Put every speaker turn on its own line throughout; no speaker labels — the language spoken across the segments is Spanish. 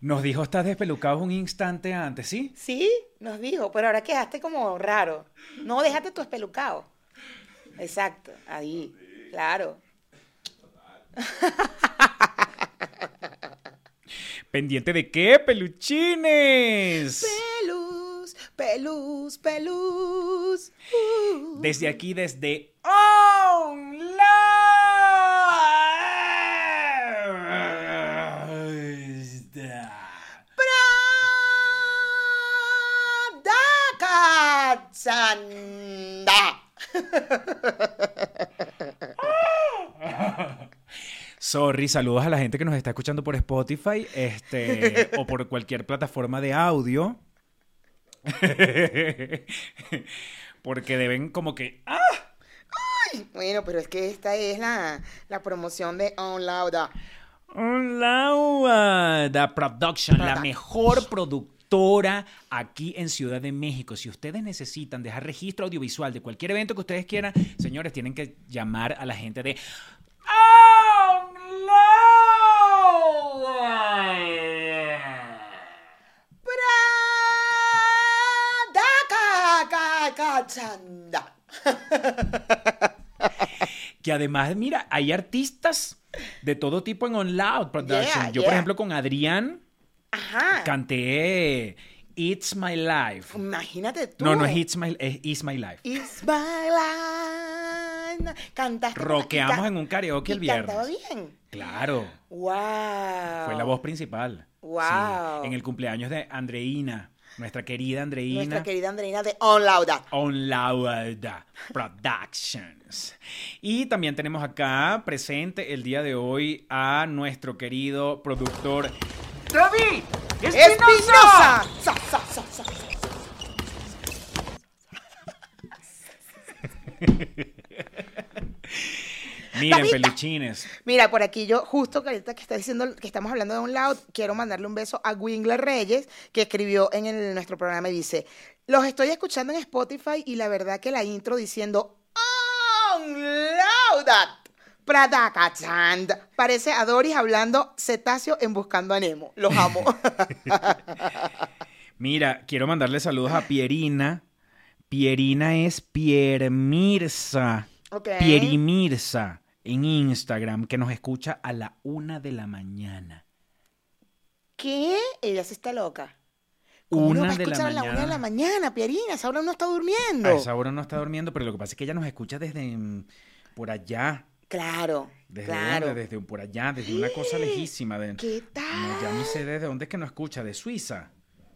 Nos dijo, estás despelucados un instante antes, ¿sí?
Sí, nos dijo, pero ahora quedaste como raro. No, déjate tu espelucado. Exacto, ahí, claro.
¿Pendiente de qué, peluchines?
Pelus, pelus, pelus. Uh.
Desde aquí, desde On Live.
Prada Katsanda.
Sorry, saludos a la gente que nos está escuchando por Spotify este, o por cualquier plataforma de audio. Porque deben como que... ¡Ah!
Bueno, pero es que esta es la, la promoción de On Lauda.
Laura da Production, la
Production.
mejor productora aquí en Ciudad de México. Si ustedes necesitan dejar registro audiovisual de cualquier evento que ustedes quieran, señores, tienen que llamar a la gente de
Prada ka- ka- Katsanda.
que además, mira, hay artistas de todo tipo en On Loud Production.
Yeah,
Yo, por
yeah.
ejemplo, con Adrián
Ajá.
canté It's My Life.
Imagínate tú.
No, no es It's My, es It's My Life.
It's my line. Cantaste.
Roqueamos en un
que
karaoke el
Cantaba
viernes.
bien.
Claro.
Wow.
Fue la voz principal.
Wow.
Sí, en el cumpleaños de Andreina, nuestra querida Andreina.
Nuestra querida Andreina de On Lauda.
On Lauda Productions. Y también tenemos acá presente el día de hoy a nuestro querido productor David Espinosa.
Espinosa. Sa, sa, sa, sa, sa.
Miren,
Davita.
peluchines.
Mira, por aquí yo, justo que ahorita que está diciendo que estamos hablando de un lado, quiero mandarle un beso a Wingler Reyes, que escribió en el- nuestro programa y dice: Los estoy escuchando en Spotify y la verdad que la intro diciendo On Laudat Pradakachand parece a Doris hablando cetáceo en buscando a Nemo. Los amo.
Mira, quiero mandarle saludos a Pierina. Pierina es Piermirza.
Ok.
Pierimirza en Instagram, que nos escucha a la una de la mañana.
¿Qué? Ella sí está loca. ¿Cómo no va
Una
a
de la
escuchar a la una de la
mañana.
mañana, Pierina? Esa hora no está durmiendo.
A esa hora no está durmiendo, pero lo que pasa es que ella nos escucha desde mm, por allá.
Claro,
Desde
claro.
dónde, desde por allá, desde una cosa lejísima. De,
¿Qué
No, ya
tal?
ni sé desde dónde es que nos escucha, de Suiza.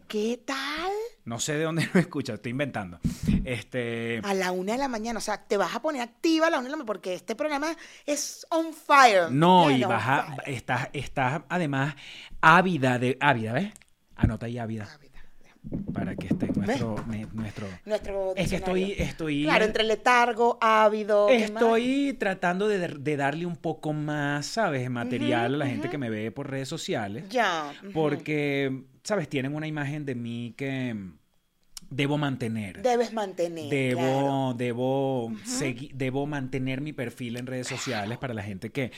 ¿Qué tal?
No sé de dónde nos escucha, estoy inventando. Este,
A la una de la mañana, o sea, te vas a poner activa a la una de la mañana porque este programa es on fire.
no, y
Bueno,
vas
on
a,
fire.
estás, estás además ávida de, ávida, ¿ves? Anota ahí ávida, para que esté nuestro, ne- nuestro.
Nuestro
Es que estoy,
diccionario.
estoy.
Claro, entre letargo, ávido. ¿qué más?
Estoy tratando de, de darle un poco más, ¿sabes? Material a la gente que me ve por redes sociales.
Ya. ujú.
Porque, ¿sabes? Tienen una imagen de mí que debo mantener.
Debes mantener.
debo,
claro.
debo, segui- debo mantener mi perfil en redes sociales para la gente que,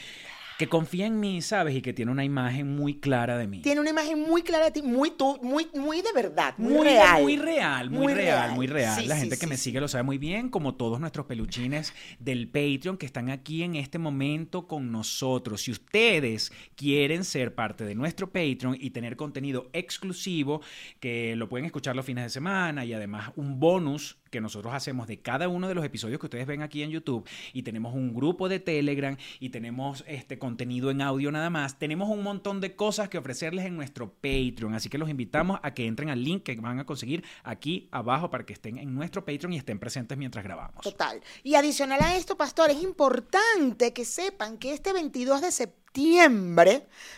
que confía en mí, ¿sabes? Y que tiene una imagen muy clara de mí.
Tiene una imagen muy clara de ti, muy tú, muy, muy de verdad, muy,
muy
real.
Muy real, muy,
Muy
real,
real.
muy real.
Sí,
la
sí,
gente que
sí,
me
sí.
sigue lo sabe muy bien, como todos nuestros peluchines del Patreon que están aquí en este momento con nosotros. Si ustedes quieren ser parte de nuestro Patreon y tener contenido exclusivo, que lo pueden escuchar los fines de semana y además un bonus que nosotros hacemos de cada uno de los episodios que ustedes ven aquí en YouTube y tenemos un grupo de Telegram y tenemos este contenido en audio nada más. Tenemos un montón de cosas que ofrecerles en nuestro Patreon, así que los invitamos a que entren al link que van a conseguir aquí abajo para que estén en nuestro Patreon y estén presentes mientras grabamos.
Total. Y adicional a esto, pastor, es importante que sepan que este 22 de septiembre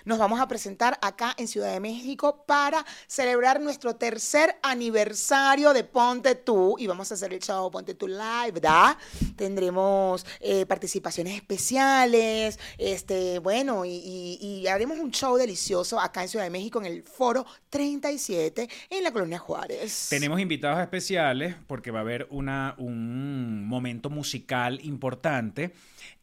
nos vamos a presentar acá en Ciudad de México para celebrar nuestro tercer aniversario de Ponte Tú y vamos a hacer el show Ponte Tú Live, ¿verdad? Tendremos eh, participaciones especiales, este, bueno, y, y- y haremos un show delicioso acá en Ciudad de México en el Foro 37 en la Colonia Juárez.
Tenemos invitados especiales porque va a haber una, un momento musical importante.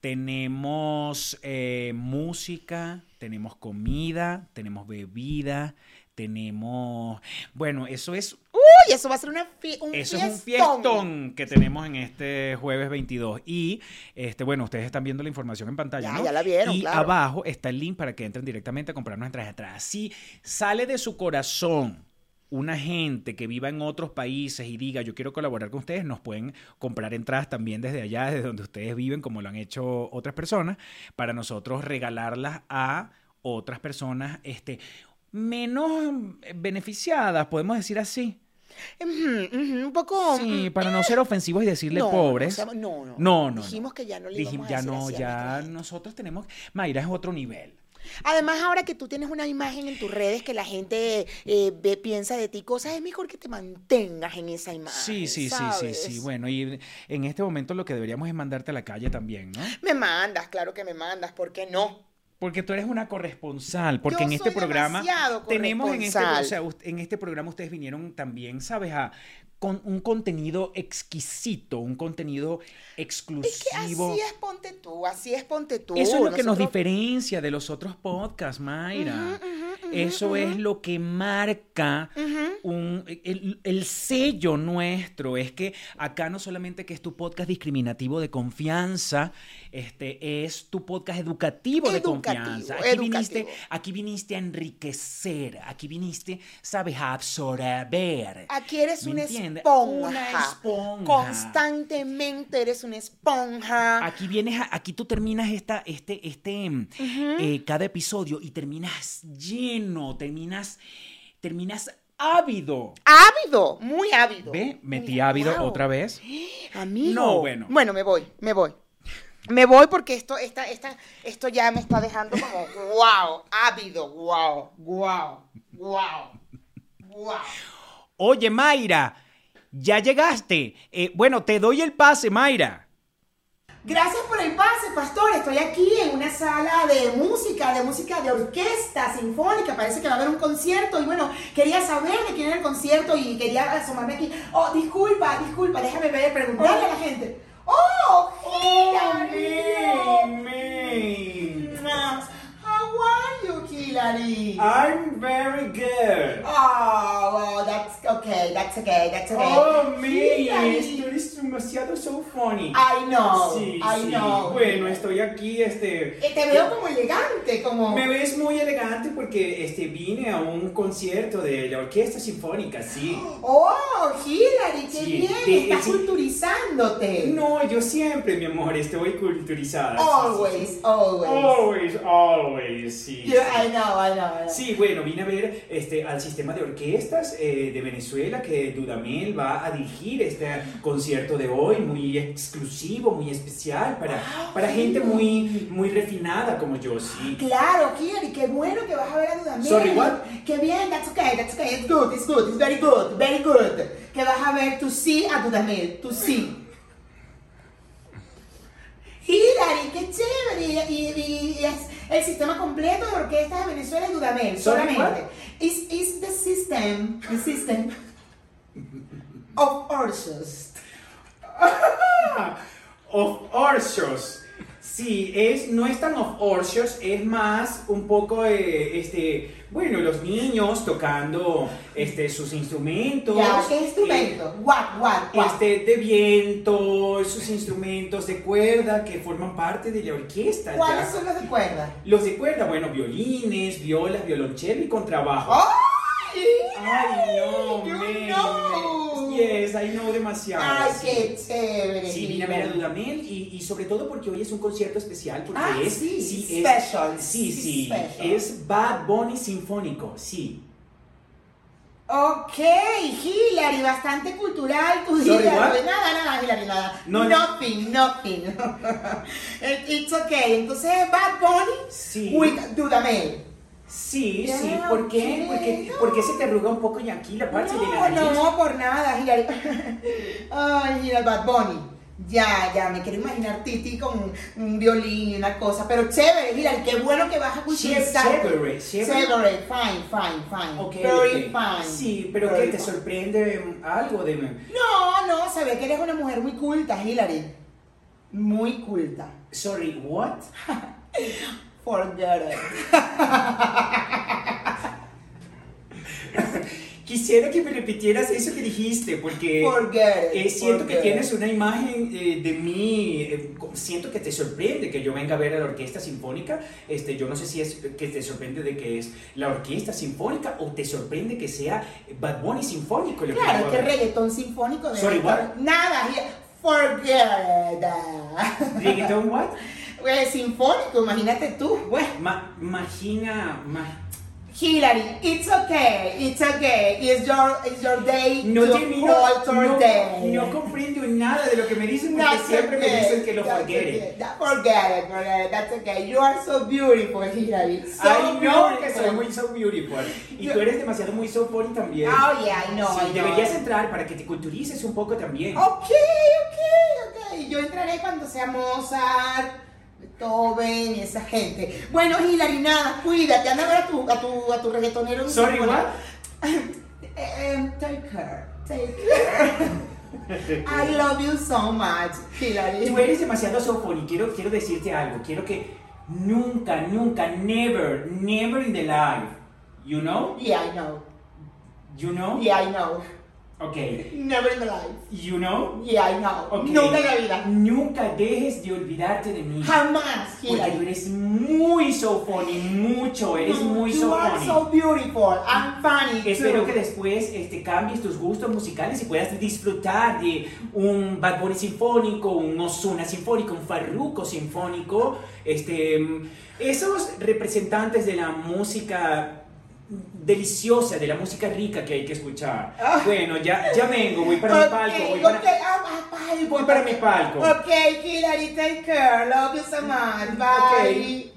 Tenemos eh, música, tenemos comida, tenemos bebida, tenemos, bueno, eso es
Uy, eso va a ser una fi- un
Eso
fiestón.
es un fiestón que tenemos en este jueves 22. Y, este, bueno, ustedes están viendo la información en pantalla,
Ya,
¿no?
ya la vieron,
Y
claro.
abajo está el link para que entren directamente a comprar nuestras entradas. Si sale de su corazón una gente que viva en otros países y diga, yo quiero colaborar con ustedes, nos pueden comprar entradas también desde allá, desde donde ustedes viven, como lo han hecho otras personas, para nosotros regalarlas a otras personas, este, menos eh, beneficiadas, podemos decir así.
Ujú, ujú, un poco. mm,
Sí, para no ser ofensivos y decirle
no,
pobres.
No, no, no.
No, no,
Dijimos que ya no le
Dijim-
íbamos a
ya
decir
no,
así a nuestra
ya
gente.
nosotros tenemos. Mayra es otro nivel.
Además, ahora que tú tienes una imagen en tus redes que la gente eh, ve- piensa de ti cosas, es mejor que te mantengas en esa imagen.
Sí, sí, sí, sí,
¿sabes?
sí. Bueno, y en este momento lo que deberíamos es mandarte a la calle también, ¿no?
Me mandas, claro que me mandas, ¿por qué no?
Porque tú eres una corresponsal, porque
Yo
en este
soy
programa
demasiado
tenemos en este, o
corresponsal.
sea, ust- en este programa ustedes vinieron también, sabes, a con un contenido exquisito, un contenido
Es que
exclusivo.
así es ponte tú, así es ponte tú.
Eso es lo que nos
Nosotros- Mm,
diferencia de los otros podcasts, Mayra.
Ujú, ujú,
Eso
ujú,
es lo que marca un- el, el sello nuestro. Es que acá no solamente que es tu podcast discriminativo de confianza, este es tu podcast educativo, de
Educativo,
confianza. Aquí
educativo.
viniste, aquí viniste a enriquecer, aquí viniste, sabes, a absorber.
Aquí eres
¿Me
una
entiendes?
esponja.
Una esponja.
Constantemente eres una esponja.
Aquí vienes, a- aquí tú terminas esta, este, este, mm, eh, cada episodio y terminas lleno, terminas, terminas ávido.
Ávido, muy ávido.
Ve, metí
Mira,
ávido
guau.
otra vez.
Amigo.
No, bueno.
Bueno, me voy, me voy. Me voy porque esto, esta, esta, esto ya me está dejando como wow, ávido, wow, wow, wow, wow.
Oye, Mayra, ya llegaste. Eh, bueno, te doy el pase, Mayra.
Gracias por el pase, pastor. Estoy aquí en una sala de música, de música de orquesta sinfónica. Parece que va a haber un concierto. Y bueno, quería saber de quién era el concierto y quería asomarme aquí. Oh, disculpa, disculpa, déjame ver, preguntarle a la gente. ¡Oh, Hillary! How are you, Hillary?
I'm very good.
Oh, well, that's okay, that's okay, that's okay.
Oh,
Oh,
Hillary.
eres demasiado so funny.
I know, I know.
estoy aquí, este.
Eh, Te veo como elegante, como...
Me ves muy elegante porque este, vine a un concierto de la Orquesta Sinfónica, ¿sí?
¡Oh, Hillary! ¡Qué
Sí,
bien!
sí,
¡Estás
sí.
culturizándote!
No, yo siempre, mi amor, estoy culturizada. sí, sí,
Always,
sí.
always.
Always, always, sí.
Yeah, I know, I know, I know.
Sí, bueno, vine a ver este, al sistema de orquestas eh, de Venezuela que Dudamel va a dirigir este concierto de hoy, muy exclusivo, muy especial, para, para gente muy, muy refinada como yo, sí.
Claro, Hillary, qué bueno que vas a ver a Dudamel.
Sorry, what?
Qué bien, that's okay, that's okay, it's good, it's good, it's very good, very good. Que vas a ver, tú sí a Dudamel, tú sí. Hillary, qué chévere. Y, y- y es el sistema completo de orquestas de Venezuela y Dudamel,
Sorry, what?
solamente. Is, is the system, the system of Orsos.
Of Orchos. Sí, es, no es tan of Orchos, es más un poco, eh, este, bueno, los niños tocando este, sus instrumentos.
Ya, ¿qué instrumento? What, what,
eh,
what?
este, de viento, sus instrumentos de cuerda que forman parte de la orquesta.
¿Cuáles
este, ya.
son los de cuerda?
Los de cuerda, bueno, violines, violas, violonchelo y contrabajo.
¡Ay!
Ay, no,
you
man.
know.
Yes, I know demasiado.
¡Ay,
sí.
qué chévere!
Sí, vine a ver a Dudamel y, y sobre todo porque hoy es un concierto especial porque
Ah,
es
sí,
es-
special,
sí,
sí,
sí,
special.
es Bad Bunny sinfónico, sí.
Ok, Hillary, bastante cultural tu
Sorry,
día.
what?
Nada, nada, Hillary, nada.
No, no.
nothing, nothing. It- It's okay. Entonces, Bad Bunny
Sí.
with Dudamel.
Sí,
Ya,
sí, ¿por qué?
ok,
Porque,
no.
porque se te arruga un poco y aquí la parte de
No,
la nariz.
no, por nada, Hillary. Ay, mira, el Bad Bunny. Ya, ya, me quiero imaginar Titi con un violín y una cosa. Pero chévere, Hillary, qué bueno que vas a
Sí,
escuchar.
es chévere, chévere.
Chévere, fine, fine, fine.
Ok,
Very
ok.
fine.
Sí, pero
Very
que te
fine.
sorprende algo de
No, no, se ve que eres una mujer muy culta, Hillary. Muy culta.
Sorry, what?
Forget it.
Quisiera que me repitieras eso que dijiste, porque
Forget it,
eh, siento que
forget it.
tienes una imagen eh, de mí, eh, co- siento que te sorprende que yo venga a ver a la orquesta sinfónica. Este, yo no sé si es que te sorprende de que es la orquesta sinfónica o te sorprende que sea Bad Bunny sinfónico. lo que
Claro,
vengo
es
a
que
ver.
reggaetón sinfónico de
Sorry,
reggaetón- nada, yeah, forget that.
Reggaeton what?
Güey, sinfónico, imagínate tú, güey.
Ma- imagina, ma-
Hillary, it's okay, it's okay, it's your, it's your day,
no
to
termino,
alter
no,
day.
no comprendo nada de lo que me dicen porque
That's
siempre me
okay,
dicen que lo
that's
forget.
okay, that- Forget it, forget it, that's okay. You are so beautiful, Hillary. So
Ay, no, que
beautiful.
soy muy so beautiful. Y
Yo-
tú eres demasiado muy so funny también.
Oh, yeah, I know,
Sí,
I know.
deberías entrar para que te culturices un poco también.
Ok, ok, ok. Yo entraré cuando sea Mozart, Beethoven, esa gente. Bueno, Hilary, nada, cuídate. Anda a ver a tu, a tu, a tu reggaetonero.
Sorry, what?
Eh, em, take care, take care. I love you so much, Hilary.
Tú eres demasiado so funny. Quiero, quiero decirte algo. Quiero que nunca, nunca, never, never in the life. You know?
Yeah, I know.
You know?
Yeah, I know.
Okay.
Never in the life.
You know?
Yeah, I know.
Okay.
Nunca en la vida.
Nunca dejes de olvidarte de mí.
Jamás,
Porque tú
Hilary.
eres muy so funny, mucho, eres muy
you
so
are
funny.
so beautiful. I'm funny. too.
Espero que después este, cambies tus gustos musicales y puedas disfrutar de un Bad Bunny sinfónico, un Ozuna sinfónico, un Farruko sinfónico. Este, esos representantes de la música deliciosa, de la música rica que hay que escuchar. Bueno, ya, ya vengo, voy para mi palco. Voy
Ah. ok,
para...
ok, ah, ah, palco.
Voy para mi palco.
Ok, Hillary, take care. Love you so much. Bye.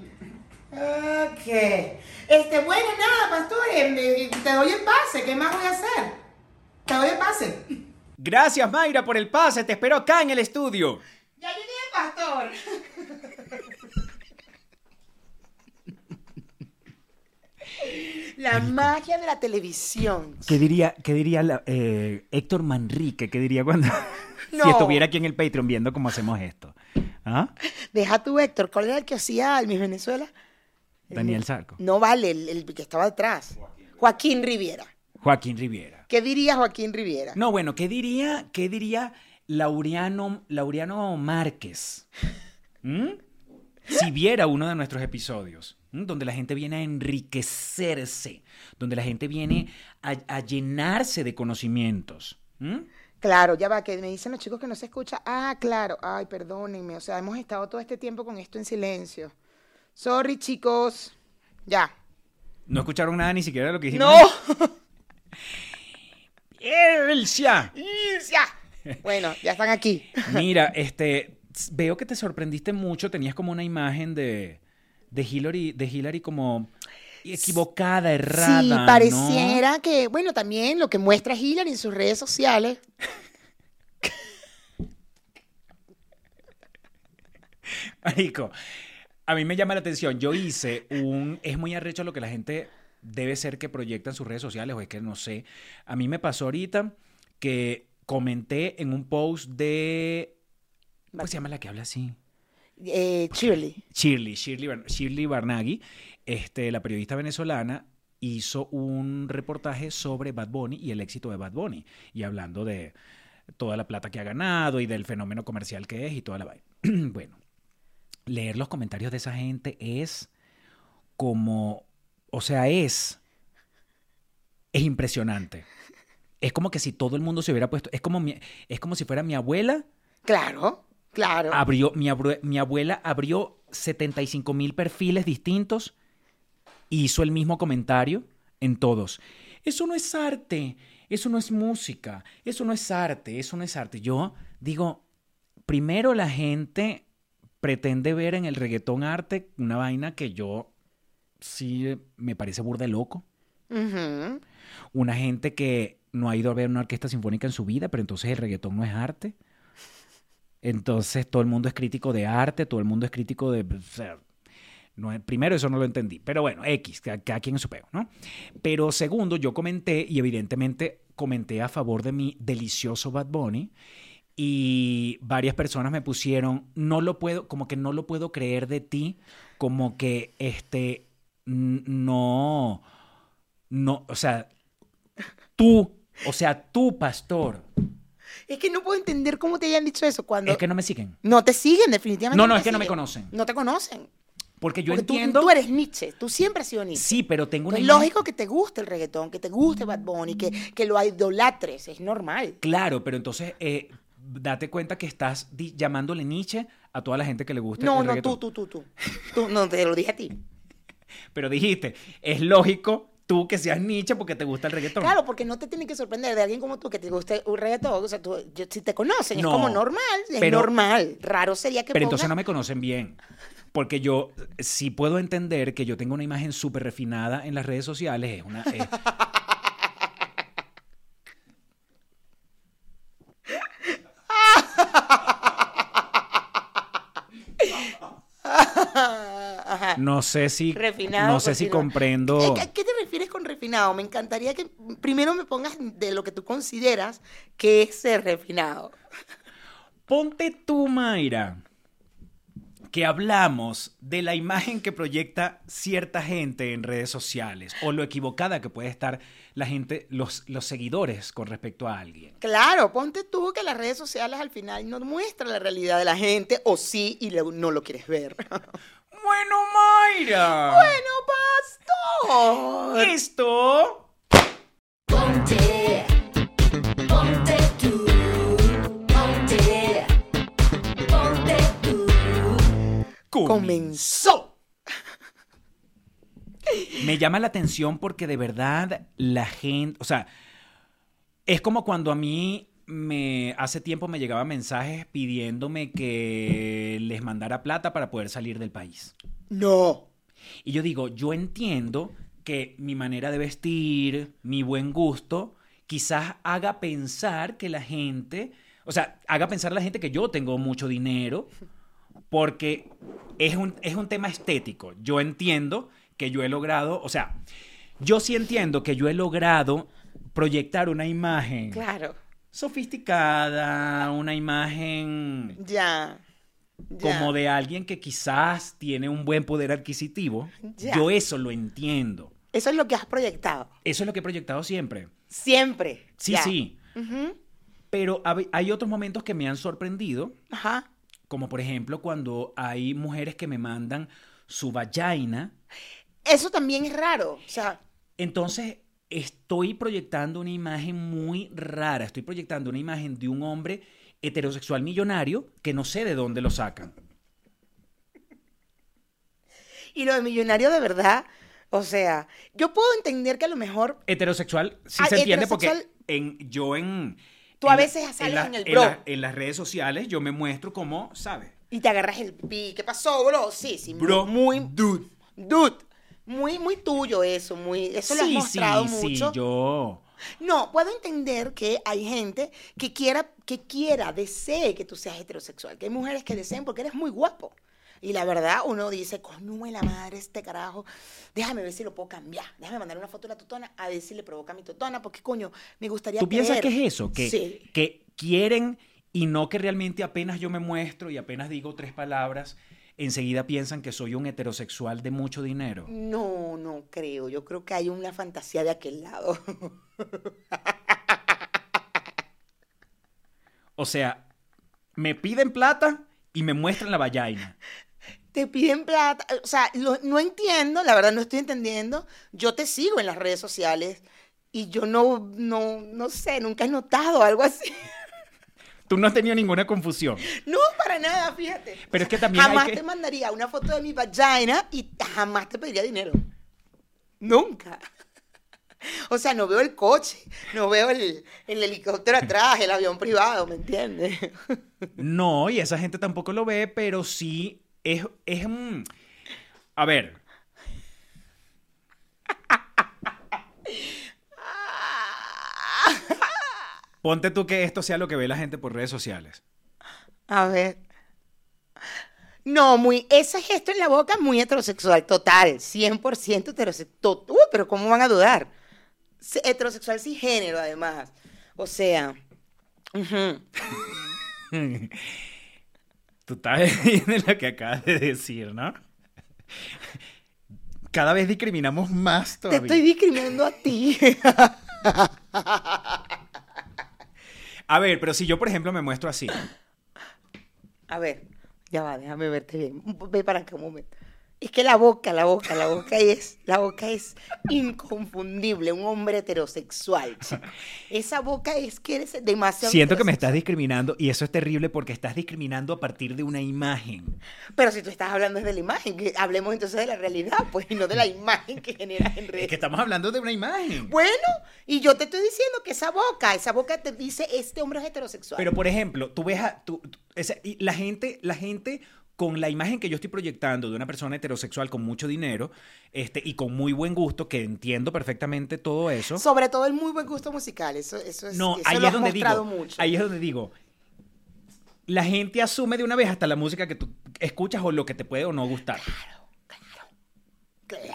Ok. Este, bueno, nada, pastores, me- te doy el pase. ¿Qué más voy a hacer? Te doy el pase.
Gracias, Mayra, por el pase. Te espero acá en el estudio.
Ya llegué, pastor. La magia de la televisión.
¿Qué diría, qué diría la- eh, Héctor Manrique? ¿Qué diría cuando
No. Eh,
si estuviera aquí en el Patreon viendo cómo hacemos esto? ¿Ah?
Deja tu Héctor, ¿cuál era el que hacía el Miss Venezuela? eh,
Daniel Sarco.
No vale, el, el que estaba detrás. Joaquín, Riviera.
Joaquín Riviera.
¿Qué diría Joaquín Riviera?
No, bueno, ¿qué diría, qué diría Laureano, Laureano Márquez? ¿Mm? Si viera uno de nuestros episodios, ¿m? donde la gente viene a enriquecerse, donde la gente viene a, a llenarse de conocimientos. ¿m?
Claro, ya va, que me dicen los chicos que no se escucha. Ah, claro, ay, perdónenme. O sea, hemos estado todo este tiempo con esto en silencio. Sorry, chicos. Ya.
No escucharon nada ni siquiera de lo que dijimos.
¡No!
¡Elsia!
ya. Bueno, ya están aquí.
Mira, este, s- veo que te sorprendiste mucho. Tenías como una imagen de, de Hillary, de Hillary como equivocada, errada.
sí,
¿no?
pareciera que, bueno, también lo que muestra Hillary en sus redes sociales.
Marico, a mí me llama la atención. Yo hice un. Es muy arrecho lo que la gente debe ser que proyecta en sus redes sociales, o es que no sé. A mí me pasó ahorita que comenté en un post de. ¿Cómo se llama la que habla así?
Eh, Shirley.
Shirley, Shirley, Bar- Shirley Barnaghi, este, la periodista venezolana, hizo un reportaje sobre Bad Bunny y el éxito de Bad Bunny, y hablando de toda la plata que ha ganado y del fenómeno comercial que es y toda la vaina. bueno, leer los comentarios de esa gente es como, o sea, es, es impresionante. Es como que si todo el mundo se hubiera puesto, es como, mi- es como si fuera mi abuela
Claro, claro.
abrió, mi, abru- mi abuela abrió 75 mil perfiles distintos e hizo el mismo comentario en todos. Eso no es arte, eso no es música, eso no es arte, eso no es arte. Yo digo, primero la gente pretende ver en el reggaetón arte una vaina que yo sí eh, me parece burda de loco
Ujú.
una gente que no ha ido a ver una orquesta sinfónica en su vida, pero entonces el reggaetón no es arte. Entonces todo el mundo es crítico de arte, todo el mundo es crítico de... o sea, no es- primero eso no lo entendí, pero bueno, X, ca- cada, quien en su peo, ¿no? Pero segundo, yo comenté y evidentemente comenté a favor de mi delicioso Bad Bunny y varias personas me pusieron, no lo puedo, como que no lo puedo creer de ti, como que este, n- no, no, o sea, Tú, o sea, tú, pastor.
Es que no puedo entender cómo te hayan dicho eso cuando...
Es que no me siguen.
No te siguen, definitivamente.
No, no,
te
es que no me
siguen.
conocen.
No te conocen.
Porque yo
Porque tú-
entiendo.
Tú, eres Nietzsche, tú siempre has sido Nietzsche. Pues
Sí, pero tengo una.
es
imagen-
lógico que te guste el reggaetón, que te guste Bad Bunny, que, que lo idolatres, es normal.
Claro, pero entonces eh, date cuenta que estás di- llamándole Nietzsche a toda la gente que le gusta
No,
el
no,
reggaetón.
tú, tú, tú, tú. Tú, no, te lo dije a ti.
Pero dijiste, es lógico tú que seas Nietzsche porque te gusta el reggaetón.
Claro, porque no te tiene que sorprender de alguien como tú que te guste un reggaetón. O sea, tú, yo- si te conocen,
No,
es como normal, es
pero-
normal. Raro sería que
Pero
pongas-
entonces no me conocen bien. Porque yo sí puedo entender que yo tengo una imagen súper refinada en las redes sociales. Es una. es-
Ajá.
no sé si.
Refinado.
No sé si
continuo.
comprendo.
¿A qué- a qué te refieres con refinado? Me encantaría que primero me pongas de lo que tú consideras que es ser refinado.
Ponte tú, Mayra, que hablamos de la imagen que proyecta cierta gente en redes sociales o lo equivocada que puede estar la gente, los, los seguidores con respecto a alguien.
Claro, ponte tú que las redes sociales al final no muestran la realidad de la gente, o sí, y lo- no lo quieres ver.
Bueno, Mayra.
¡No, pastor!
Esto
Ponte, ponte tú, ponte, ponte tú.
¡Comenzó!
Me llama la atención porque de verdad la gente, o sea, es como cuando a mí me hace tiempo me llegaban mensajes pidiéndome que les mandara plata para poder salir del país.
¡No!
Y yo digo, yo entiendo que mi manera de vestir, mi buen gusto, quizás haga pensar que la gente, o sea, haga pensar a la gente que yo tengo mucho dinero, porque es un, es un tema estético. Yo entiendo que yo he logrado, o sea, yo sí entiendo que yo he logrado proyectar una imagen
Claro,
sofisticada, una imagen
ya. ya.
como de alguien que quizás tiene un buen poder adquisitivo.
Ya.
Yo eso lo entiendo.
Eso es lo que has proyectado.
Eso es lo que he proyectado siempre.
Siempre.
Sí,
ya.
sí.
Ujú,
Pero hab- hay otros momentos que me han sorprendido,
Ajá.
como por ejemplo cuando hay mujeres que me mandan su vagina.
Eso también es raro. O sea,
Entonces estoy proyectando una imagen muy rara. Estoy proyectando una imagen de un hombre heterosexual millonario que no sé de dónde lo sacan.
y lo de millonario de verdad, o sea, yo puedo entender que a lo mejor
Heterosexual, sí
Ah,
se entiende porque
heterosexual.
en, yo en...
Tú
en
a
la-
veces sales en el
en
bro.
en las redes sociales yo me muestro como, ¿sabes?
Y te agarras el pi. ¿Qué pasó, bro? Sí, sí.
Bro,
Muy. Dude. Dude. Muy, muy tuyo eso. Muy, eso lo has mostrado mucho.
Sí, yo...
No, puedo entender que hay gente que quiera, que quiera, desee que tú seas heterosexual. Que hay mujeres que deseen porque eres muy guapo. Y la verdad, uno dice, coño, de la madre este carajo, déjame ver si lo puedo cambiar. Déjame mandar una foto a la totona a ver si le provoca a mi totona, porque coño, me gustaría
¿Tú piensas
creer.
que es eso? Que,
Sí.
que quieren y no que realmente apenas yo me muestro y apenas digo tres palabras, enseguida piensan que soy un heterosexual de mucho dinero.
No, no creo. Yo creo que hay una fantasía de aquel lado.
O sea, me piden plata y me muestran la vallaina.
Te piden plata, o sea, lo- no entiendo, la verdad no estoy entendiendo. Yo te sigo en las redes sociales y yo no, no, no sé, nunca he notado algo así.
Tú no has tenido ninguna confusión.
No, para nada, fíjate.
Pero es que también hay
Jamás
que-
te mandaría una foto de mi vagina y jamás te pediría dinero. Nunca. O sea, no veo el coche, no veo el, el helicóptero atrás, el avión privado, ¿me entiendes?
No, y esa gente tampoco lo ve, pero sí es... es un- A ver, ponte tú que esto sea lo que ve la gente por redes sociales.
A ver. No, muy, ese gesto en la boca muy heterosexual, total, 100% heterosexual. Uy, uh, pero ¿cómo van a dudar? Se- Heterosexual sin género, además. O sea, ujú.
Tú estás de lo que acabas de decir, ¿no? Cada vez discriminamos más
te
todavía.
estoy discriminando a ti.
A ver, pero si yo, por ejemplo, me muestro así.
A ver, ya va, déjame verte bien. Un po- Ve para acá un momento. Es que la boca, la boca, la boca es, la boca es inconfundible, un hombre heterosexual. chica. Esa boca es que eres demasiado.
Siento que me
heterosexual.
estás discriminando y eso es terrible porque estás discriminando a partir de una imagen.
Pero si tú estás hablando es de la imagen, que hablemos entonces de la realidad, pues, y no de la imagen que generas en redes.
Mm. Es que estamos hablando de una imagen.
Bueno, y yo te estoy diciendo que esa boca, esa boca te dice este hombre es heterosexual.
Pero por ejemplo, tú ves a tú- tú- esa- y la gente, la gente con la imagen que yo estoy proyectando de una persona heterosexual con mucho dinero, este y con muy buen gusto, que entiendo perfectamente todo eso.
Sobre todo el muy buen gusto musical, eso, eso es,
no,
eso
ahí
lo
es
has
donde digo,
mostrado mucho.
ahí es donde digo. La gente asume de una vez hasta la música que tú escuchas o lo que te puede o no gustar.
Claro.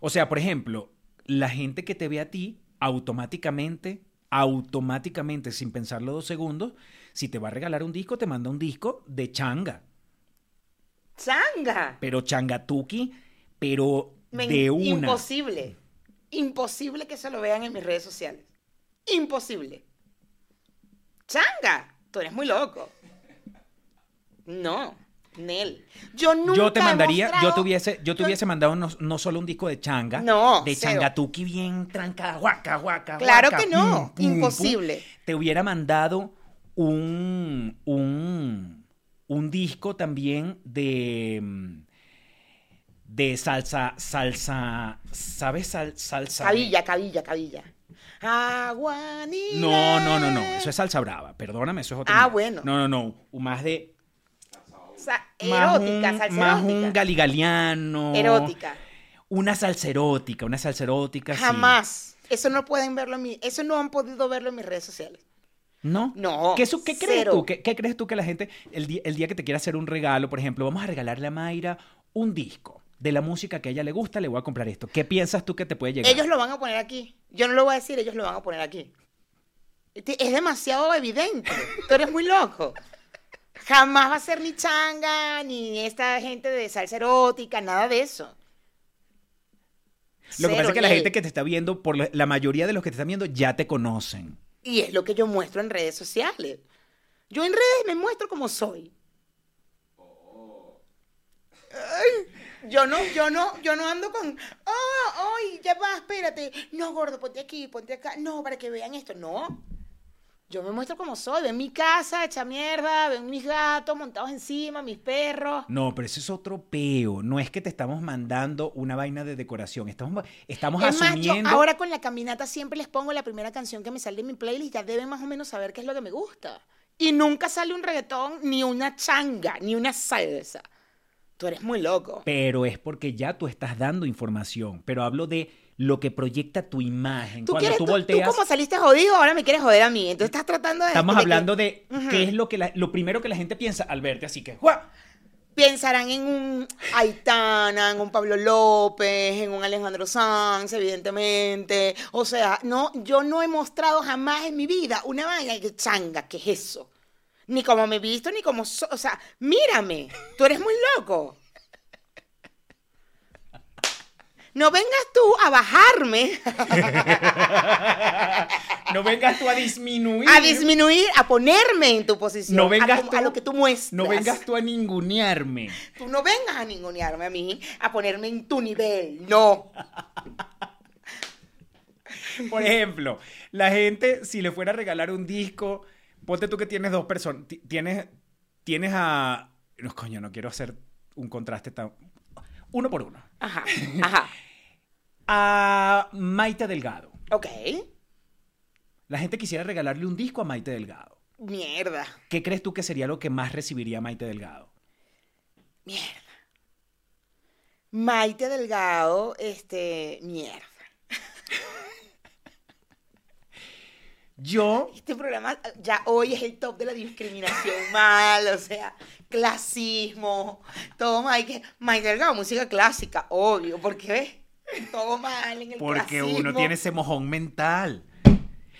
O sea, por ejemplo, la gente que te ve a ti automáticamente, automáticamente, sin pensarlo dos segundos, si te va a regalar un disco, te manda un disco de changa.
¡Sanga!
pero changatuki, pero
Me-
de una.
Imposible. Imposible que se lo vean en mis redes sociales. Imposible. ¡Changa! Tú eres muy loco. No, Nel. Yo nunca.
Yo te
he
mandaría, yo
mostrado-
te hubiese, yo te hubiese mandado no, no solo un disco de changa,
No,
de
cero.
changatuki bien trancada, guaca, guaca,
Claro
guaca,
que no,
pum, pum, pum.
imposible.
Te hubiera mandado un, un, un disco también de, mm, de salsa, salsa, ¿sabes? Sal- salsa.
Cabilla, cabilla, cabilla. Aguanile.
No, no, no, no, eso es salsa brava, perdóname, eso es otra.
Ah,
mierda.
bueno.
No, no, no, más de
Sa-
más
erótica,
un-
salsa
más
erótica.
un galigaliano.
Erótica.
Una salsa erótica, una salsa erótica. sí.
Jamás. Eso no pueden verlo en mi, eso no han podido verlo en mis redes sociales.
¿No?
No,
¿Qué, su- qué crees
cero.
tú? ¿Qué, qué crees tú que la gente, el día, el día que te quiera hacer un regalo, por ejemplo, vamos a regalarle a Mayra un disco de la música que a ella le gusta, le voy a comprar esto. ¿Qué piensas tú que te puede llegar?
Ellos lo van a poner aquí. Yo no lo voy a decir, ellos lo van a poner aquí. Este- Es demasiado evidente. Tú eres muy loco. Jamás va a ser ni changa, ni esta gente de salsa erótica, nada de eso.
lo que pasa
Cero,
es que la
Nel.
gente que te está viendo, por lo- la mayoría de los que te están viendo, ya te conocen.
Y es lo que yo muestro en redes sociales. Yo en redes me muestro como soy. Ay, Yo no, yo no, yo no ando con, oh, ay, ya va, espérate. No, gordo, ponte aquí, ponte acá. No, para que vean esto. No. Yo me muestro como soy. Ven mi casa hecha mierda, ven mis gatos montados encima, mis perros.
No, pero eso es otro peo. No es que te estamos mandando una vaina de decoración. Estamos, estamos
Es más, yo
asumiendo.
ahora con la caminata siempre les pongo la primera canción que me sale en mi playlist, ya deben más o menos saber qué es lo que me gusta. Y nunca sale un reggaetón, ni una changa, ni una salsa. Tú eres muy loco.
Pero es porque ya tú estás dando información. Pero hablo de lo que proyecta tu imagen.
Tú,
Cuando
quieres,
tú
tú,
volteas,
tú como saliste jodido, ahora me quieres joder a mí. Entonces estás tratando de...
estamos
de que
hablando de qué es lo que la- lo primero que la gente piensa al verte. Así que, ¡guau!
Pensarán en un Aitana, en un Pablo López, en un Alejandro Sanz, evidentemente. O sea, no, yo no he mostrado jamás en mi vida una vaina que changa, ¿qué es eso? Ni como me he visto, ni como... so- o sea, mírame, tú eres muy loco. No vengas tú a bajarme,
No vengas tú a disminuir.
a disminuir, a ponerme en tu posición.
No
a
vengas
como-
tú-
a lo que tú muestras.
No vengas tú a ningunearme.
Tú no vengas a ningunearme a mí, a ponerme en tu nivel, no.
Por ejemplo, la gente, si le fuera a regalar un disco, ponte tú que tienes dos personas. ti- Tienes, tienes a. No, coño, no quiero hacer un contraste tan. Uno por uno.
Ajá, ajá.
A Maite Delgado.
Ok.
La gente quisiera regalarle un disco a Maite Delgado.
Mierda.
¿Qué crees tú que sería lo que más recibiría Maite Delgado?
Mierda. Maite Delgado, este, mierda.
Yo,
Este programa eh, ya hoy es el top de la discriminación mal, o sea, clasismo, todo mal. Que, Maite Delgado, música clásica, obvio, porque ves, todo mal en el
porque
clasismo.
uno tiene ese mojón mental.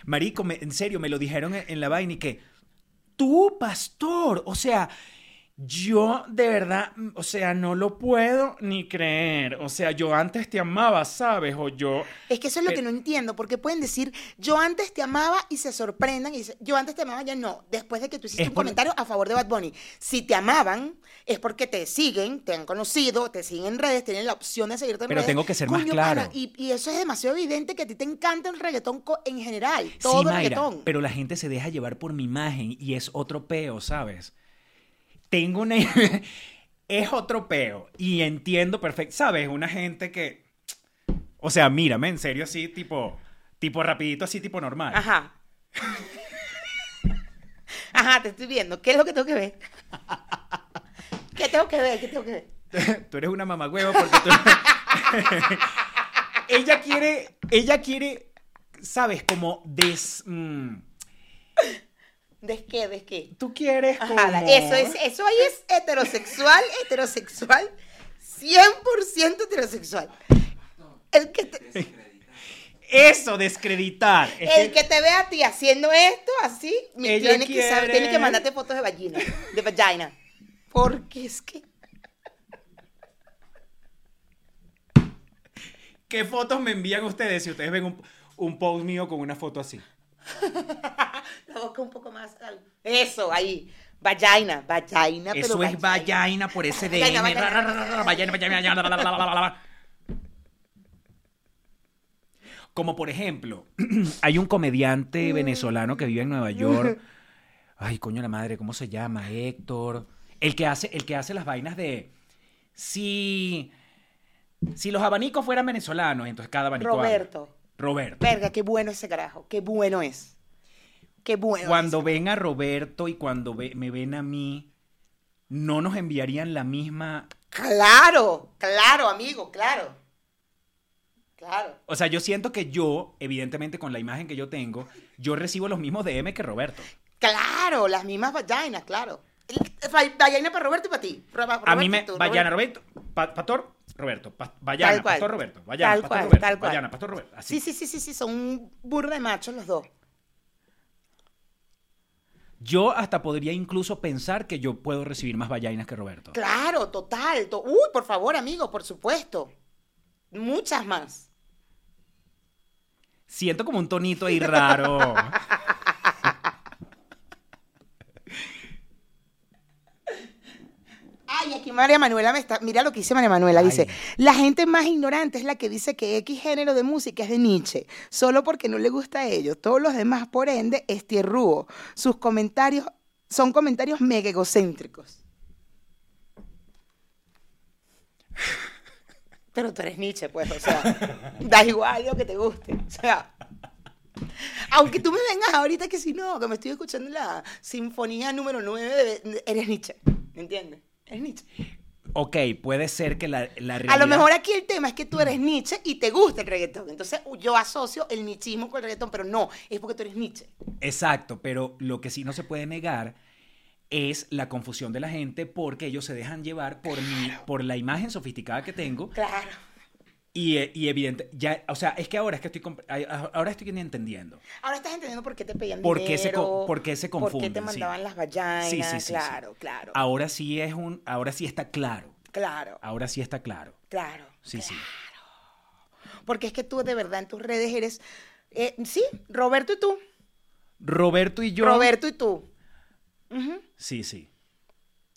Marico, me- en serio, me lo dijeron en, en la vaina y que, tú, pastor, o sea,
Yo de verdad, mm, o sea, no lo puedo ni creer. O sea, yo antes te amaba, ¿sabes? O yo...
Es que eso
Eh,
es lo que
Pero-
no entiendo, porque pueden decir, yo antes te amaba y se sorprendan y dicen, yo antes te amaba, ya no, después de que tú hiciste
Es
un
por-
comentario a favor de Bad Bunny. Si te amaban, es porque te siguen, te han conocido, te siguen en redes, tienen la opción de seguirte en
Pero
redes.
tengo que ser más
Coño,
claro.
pana, y, y eso es demasiado evidente que a ti te encanta el reggaetón co- en general, todo
sí,
el
Mayra,
reggaetón.
pero la gente se deja llevar por mi imagen y es otro peo, ¿sabes? Tengo una... es otro peo y entiendo perfecto, ¿sabes? Una gente que... O sea, mírame, en serio, así, tipo... Tipo rapidito, así, tipo normal.
Ajá. Ajá, te estoy viendo. ¿Qué es lo que tengo que ver? ¿Qué tengo que ver? ¿Qué tengo que ver?
tú eres una mamagüeva porque tú... ella quiere, ella quiere, ¿sabes? Como des... mm,
¿Des qué? ¿Des qué?
Tú quieres...
Ajá, la-
como-
eso, es, eso ahí es heterosexual, heterosexual, 100% heterosexual. El que, te,
eso, descreditar. Es que-
el que te ve a ti haciendo esto así, me
Ella
tiene que, saber-
quiere-
tiene que mandarte fotos de vagina, de vagina. Porque es que...
¿Qué fotos me envían ustedes si ustedes ven un, un post mío con una foto así?
La boca un poco más... al- Eso, ahí. Vagina, vagina. pero
Eso es vallaina por ese
Vallaina,
DM.
vallaina.
Vallaina, vallaina, vallaina, la, la, la, la, la, la. Como por ejemplo, hay un comediante venezolano que vive en Nueva York. Ay, coño la madre, ¿cómo se llama? Héctor. El que hace, el que hace las vainas de. Si. Si los abanicos fueran venezolanos, entonces cada abanico. habla.
Roberto.
Roberto.
Verga, qué bueno ese carajo. Qué bueno es. Qué bueno.
cuando
es.
ven a Roberto y cuando ve- me ven a mí, no nos enviarían la misma.
Claro, claro, amigo, claro. Claro.
O sea, yo siento que yo, evidentemente con la imagen que yo tengo, yo recibo los mismos DM que Roberto.
Claro, las mismas vainas, claro. Va- Vagina para Roberto y para ti. Ro- para
a mí
Roberto y
me.
tú,
Vayana,
Roberto.
Roberto. Pa- Pastor, Roberto. Pa-
Tal
Vayana,
cual.
Pastor Roberto. Vayana,
Tal
Pastor
cual,
Roberto.
tal cual.
Vayana, Pastor Roberto. Así.
Sí, sí, sí, sí, sí, son un burro de machos los dos.
Yo hasta podría incluso pensar que yo puedo recibir más vallainas que Roberto.
Claro, total. to- Uy, por favor, amigo, por supuesto. Muchas más.
Siento como un tonito ahí raro.
Ay, aquí María Manuela me está. Mira lo que dice María Manuela. Dice:
Ay.
La gente más ignorante es la que dice que X género de música es de Nietzsche, solo porque no le gusta a ellos. Todos los demás, por ende, es tierrúo. Sus comentarios son comentarios mega egocéntricos. Pero tú eres Nietzsche, pues, o sea, da igual lo que te guste. O sea, aunque tú me vengas ahorita que si no, que me estoy escuchando la sinfonía número 9, de- eres Nietzsche, ¿me entiendes? Eres Nietzsche.
ok, puede ser que la, la
A lo
realidad-
mejor aquí el tema es que tú eres Nietzsche y te gusta el reggaetón. Entonces yo asocio el nichismo con el reggaetón, pero no, es porque tú eres Nietzsche.
Exacto, pero lo que sí no se puede negar es la confusión de la gente porque ellos se dejan llevar por mi, por la imagen sofisticada que tengo
Claro.
y, eh, y evidente, ya, o sea, es que ahora es que estoy, comp- ay, ah, ahora estoy entendiendo.
Ahora estás entendiendo por qué te pedían
¿Por qué
dinero.
se co- por qué se
Por qué
confunden,
te
sí.
mandaban las vallainas.
Sí, sí, Ah. sí, sí.
claro, claro,
Ahora sí es un, ahora sí está claro,
claro,
ahora sí está claro,
claro.
sí, sí.
Porque es que tú de verdad en tus redes eres... eh, sí, Roberto y tú.
Roberto y yo,
Roberto y tú.
sí, sí.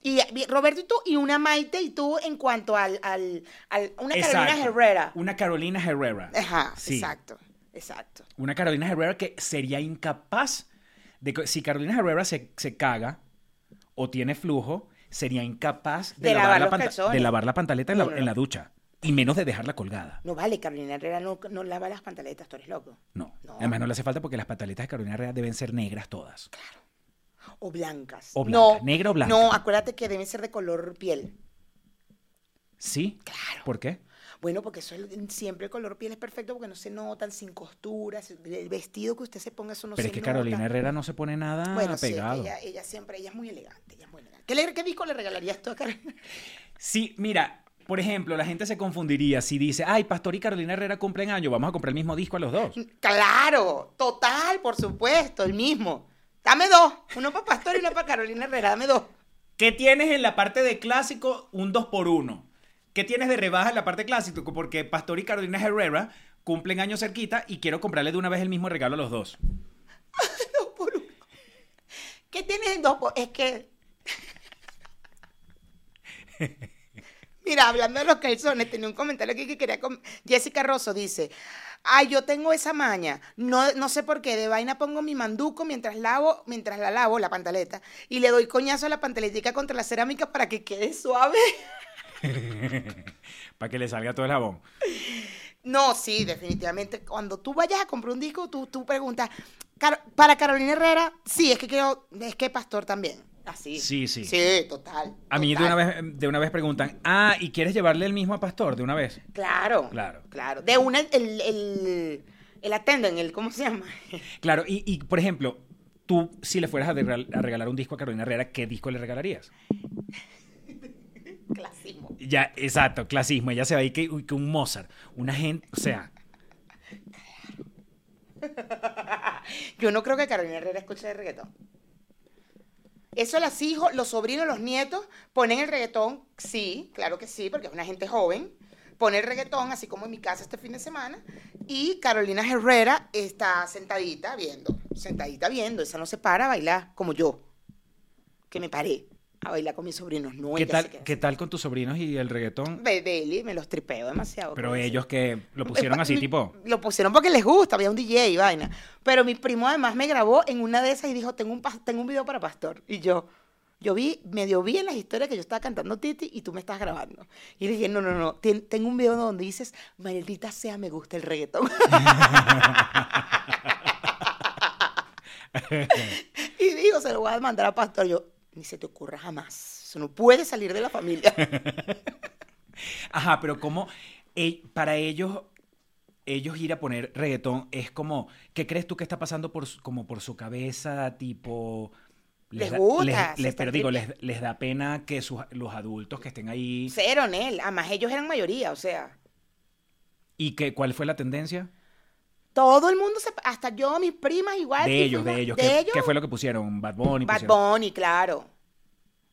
Y y Roberto y tú y una Maite y tú en cuanto al... al, al- una Carolina
Exacto.
Herrera.
Una Carolina Herrera.
Ajá,
Sí.
exacto, exacto.
Una Carolina Herrera que sería incapaz de... co- Si Carolina Herrera se, se caga o tiene flujo, sería incapaz de,
De lavar
lavar, la
los
panta-
calzones.
de lavar la pantaleta en la,
No, no, no.
en la ducha. Y menos de dejarla colgada.
No vale, Carolina Herrera no, no lava las pantaletas, tú eres loco.
No.
No.
Además no le hace falta porque las pantaletas de Carolina Herrera deben ser negras todas.
O blancas.
O blanca,
no,
negra o blanca.
No, acuérdate que deben ser de color piel.
¿Sí?
Claro.
¿Por qué?
Bueno, porque eso es- siempre el color piel es perfecto porque no se notan, sin costuras, el vestido que usted se ponga, eso no
Pero
se
es que
nota.
Carolina Herrera no se pone nada
bueno, sí,
pegado.
ella, ella siempre, ella es muy elegante, ella es muy elegante. ¿Qué, le- qué disco le regalarías tú a Carolina?
Sí, mira, por ejemplo, la gente se confundiría si dice, ay, Pastor y Carolina Herrera cumplen año, vamos a comprar el mismo disco a los dos.
claro, total, por supuesto, el mismo. Dame dos, uno para Pastor y uno para Carolina Herrera, dame dos.
¿Qué tienes en la parte de clásico? Un 2 por 1 ¿Qué tienes de rebaja en la parte clásico? Porque Pastor y Carolina Herrera cumplen años cerquita y quiero comprarle de una vez el mismo regalo a los dos.
Dos por uno. ¿Qué tienes en dos por Es que. Mira, hablando de los calzones, tenía un comentario aquí que quería. com- Jessica Rosso dice: Ay, yo tengo esa maña. No, no sé por qué. De vaina pongo mi manduco mientras lavo, mientras la lavo, la pantaleta. Y le doy coñazo a la pantaletica contra la cerámica para que quede suave.
Para que le salga todo el jabón.
No, sí, definitivamente. Cuando tú vayas a comprar un disco, tú, tú preguntas, "Caro- para Carolina Herrera, sí, es que quiero, es que Pastor también. Así.
Sí, sí.
Sí, total.
A mí de
total.
una vez, de una vez preguntan, ah, ¿y quieres llevarle el mismo a Pastor de una vez? Claro.
Claro. Claro. Claro. De una, el, el, el attendant, el, ¿cómo se llama?
Claro, y, y, por ejemplo, tú si le fueras a regal- a regalar un disco a Carolina Herrera, ¿qué disco le regalarías?
Clasismo.
Ya, exacto, clasismo. Ella se va ahí que, uy, que un Mozart, una gente, o sea,
Yo no creo que Carolina Herrera escuche de reggaetón. Eso las hijos, los sobrinos, los nietos ponen el reggaetón, sí, claro que sí, porque es una gente joven. Pone el reggaetón, así como en mi casa este fin de semana, y Carolina Herrera está sentadita viendo, sentadita viendo, esa no se para a bailar como yo, que me paré a bailar con mis sobrinos. No,
¿qué
ella
tal,
se queda
¿qué tal con tus sobrinos y el reggaetón?
de Deli, me los tripeo demasiado.
Pero
con eso.
ellos que
Eh,
lo pusieron así,
Mi-
tipo,
Lo pusieron porque les gusta, había un DJ y vaina. Pero mi primo además me grabó en una de esas y dijo, tengo un, pas- tengo un video para Pastor. Y yo, yo vi, medio vi en las historias que yo estaba cantando Titi y tú me estás grabando. Y le dije, no, no, no, ten- tengo un video donde dices, maldita sea, me gusta el reggaetón. y digo, se lo voy a mandar a Pastor. Yo, ni se te ocurra jamás. Eso no puede salir de la familia.
ajá, pero ¿cómo? eh, para ellos, ellos ir a poner reggaetón es como, ¿qué crees tú que está pasando por su, como por su cabeza? Tipo...
Les
da-
gusta,
les-
se
les-
están
pero digo, les,
tripeando.
les da pena que sus- los adultos que estén ahí...
Cero, Nel. Además, ellos eran mayoría, o sea.
¿Y qué, cuál fue la tendencia?
Todo el mundo, se, hasta yo, mis primas igual.
De
y
ellos, de
fuimos-
ellos.
De
¿Qué,
ellos.
qué fue lo que pusieron? Bad Bunny,
Bad
pusieron
Bunny, claro.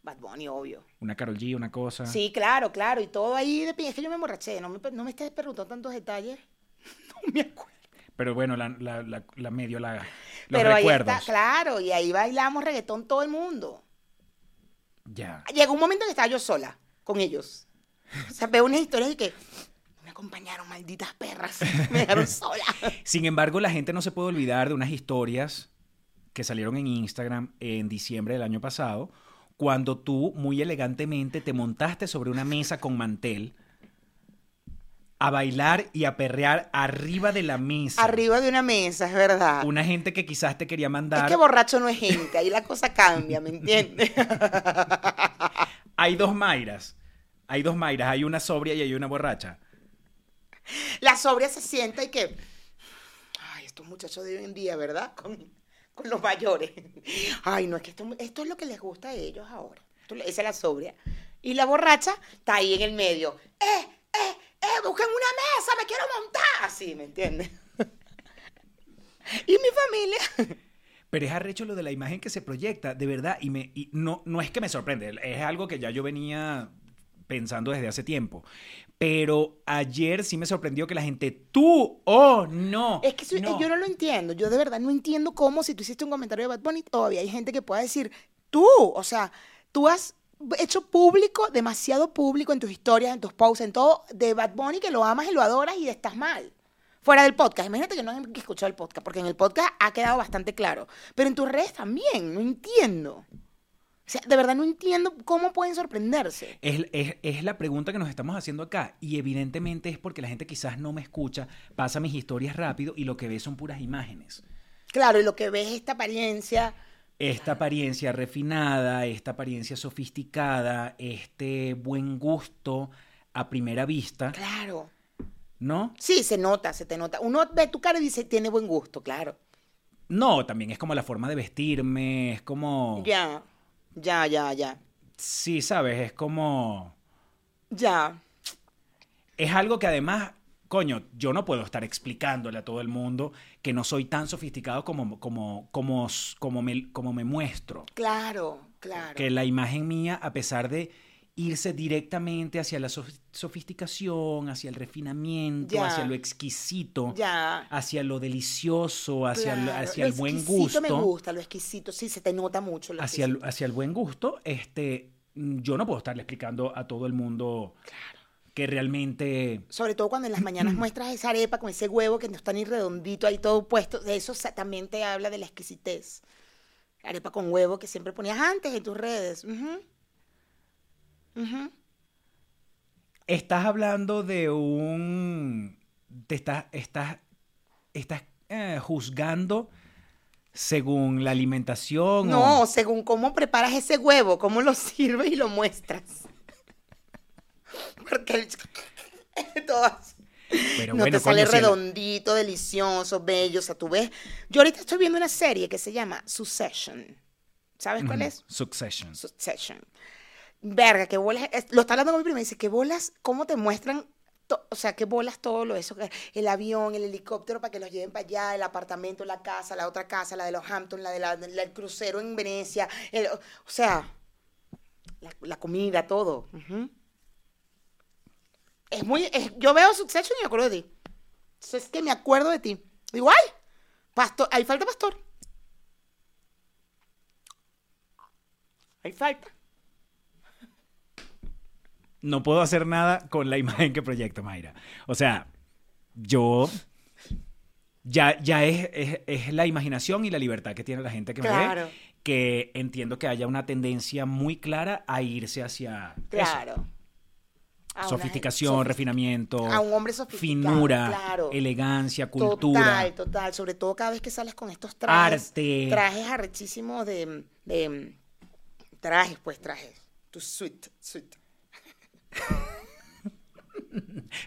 Bad Bunny, obvio.
una Carol G, una cosa.
Sí, claro, claro. Y todo ahí de pi- Es que yo me emborraché. No me, no me estés preguntando tantos detalles. No me acuerdo.
Pero bueno, la, la, la- la medio, la, los
Pero
recuerdos.
ahí está, claro. Y ahí bailamos reggaetón todo el mundo.
Ya.
Llegó un momento que estaba yo sola con ellos. O sea, veo unas historias de que no me acompañaron, malditas perras. Me dejaron sola.
Sin embargo, la gente no se puede olvidar de unas historias que salieron en Instagram en diciembre del año pasado, cuando tú muy elegantemente te montaste sobre una mesa con mantel a bailar y a perrear arriba de la mesa.
Arriba de una mesa, es verdad.
Una gente que quizás te quería mandar.
Es que borracho no es gente, ahí la cosa cambia, ¿me entiendes?
Hay dos Mayras. Hay dos Mayras. Hay una sobria y hay una borracha.
La sobria se sienta y que, ay, estos muchachos de hoy en día, ¿verdad? Con, con los mayores. Ay, no, es que esto, esto es lo que les gusta a ellos ahora. Esto le- Esa es la sobria. Y la borracha está ahí en el medio. ¡Eh, eh, eh! ¡Busquen una mesa! ¡Me quiero montar! Así, ¿me entiendes? Y mi familia.
Pero es arrecho lo de la imagen que se proyecta, de verdad, y, me, y no, no es que me sorprende, es algo que ya yo venía pensando desde hace tiempo. Pero ayer sí me sorprendió que la gente, tú, oh, no.
Es que eso- eh, yo no lo entiendo. Yo de verdad no entiendo cómo si tú hiciste un comentario de Bad Bunny, todavía hay gente que pueda decir, tú, o sea, tú has hecho público, demasiado público en tus historias, en tus posts, en todo, de Bad Bunny que lo amas y lo adoras y estás mal. Fuera del podcast. Imagínate que no han escuchado el podcast, porque en el podcast ha quedado bastante claro. Pero en tus redes también, no entiendo. O sea, de verdad no entiendo cómo pueden sorprenderse.
Es, es- es la pregunta que nos estamos haciendo acá. Y evidentemente es porque la gente quizás no me escucha, pasa mis historias rápido y lo que ve son puras imágenes.
Claro, y lo que ves es esta apariencia.
Esta apariencia refinada, esta apariencia sofisticada, este buen gusto a primera vista,
Claro.
¿no?
Sí, se nota, se te nota. Uno ve tu cara y dice, tiene buen gusto, claro.
No, también es como la forma de vestirme, es como...
Ya, ya, ya, ya.
Sí, sabes, es como...
Ya.
Es algo que además, coño, yo no puedo estar explicándole a todo el mundo que no soy tan sofisticado como, como, como, como, me, como me muestro.
Claro, Claro.
que la imagen mía, a pesar de irse directamente hacia la sof- sofisticación, hacia el refinamiento,
Ya.
hacia lo exquisito,
Ya.
hacia lo delicioso, hacia, lo-
claro.
hacia
Lo
el buen
exquisito
gusto,
Me gusta, lo exquisito. Sí, se te nota mucho. Lo
hacia, el-
exquisito.
hacia el buen gusto, este, mm, yo no puedo estarle explicando a todo el mundo que realmente...
Sobre todo cuando en las mañanas muestras esa arepa con ese huevo que no está ni redondito ahí todo puesto. De eso sa- también te habla de la exquisitez. La arepa con huevo que siempre ponías antes en tus redes. Ujú. Ujú.
Estás hablando de un... Te estás... Estás, estás eh, juzgando según la alimentación.
No,
o-
según cómo preparas ese huevo, cómo lo sirves y lo muestras. Porque el- todo así.
Pero
no
bueno,
te sale
coño, si el-
redondito, delicioso, bello. O sea, tú ves. Yo ahorita estoy viendo una serie que se llama Succession. ¿Sabes cuál
Ujú,
es?
Succession.
Succession. Verga, qué bolas. es- Lo está hablando con mi prima y dice, qué bolas, cómo te muestran, to- o sea, qué bolas todo lo eso, que- el avión, el helicóptero para que los lleven para allá, el apartamento, la casa, la otra casa, la de los Hamptons, la del crucero en Venecia, el- o sea, la, la comida, todo. Ujú. Es muy, es- yo veo Succession y me acuerdo de ti. Eso Es que me acuerdo de ti. Digo, ay, pastor, ahí falta pastor. Ahí falta.
No puedo hacer nada con la imagen que proyecta Mayra. O sea, yo... Ya, ya es, es- es la imaginación y la libertad que tiene la gente que me
Claro.
ve, que entiendo que haya una tendencia muy clara a irse hacia eso.
Claro. A una gente
sofisticación,
sofis-
refinamiento,
a un hombre sofisticado,
finura,
claro.
elegancia, cultura.
Total, total. Sobre todo cada vez que sales con estos trajes.
Arte.
Trajes arrechísimos de, de- Trajes, pues, trajes. Tu suite, suite.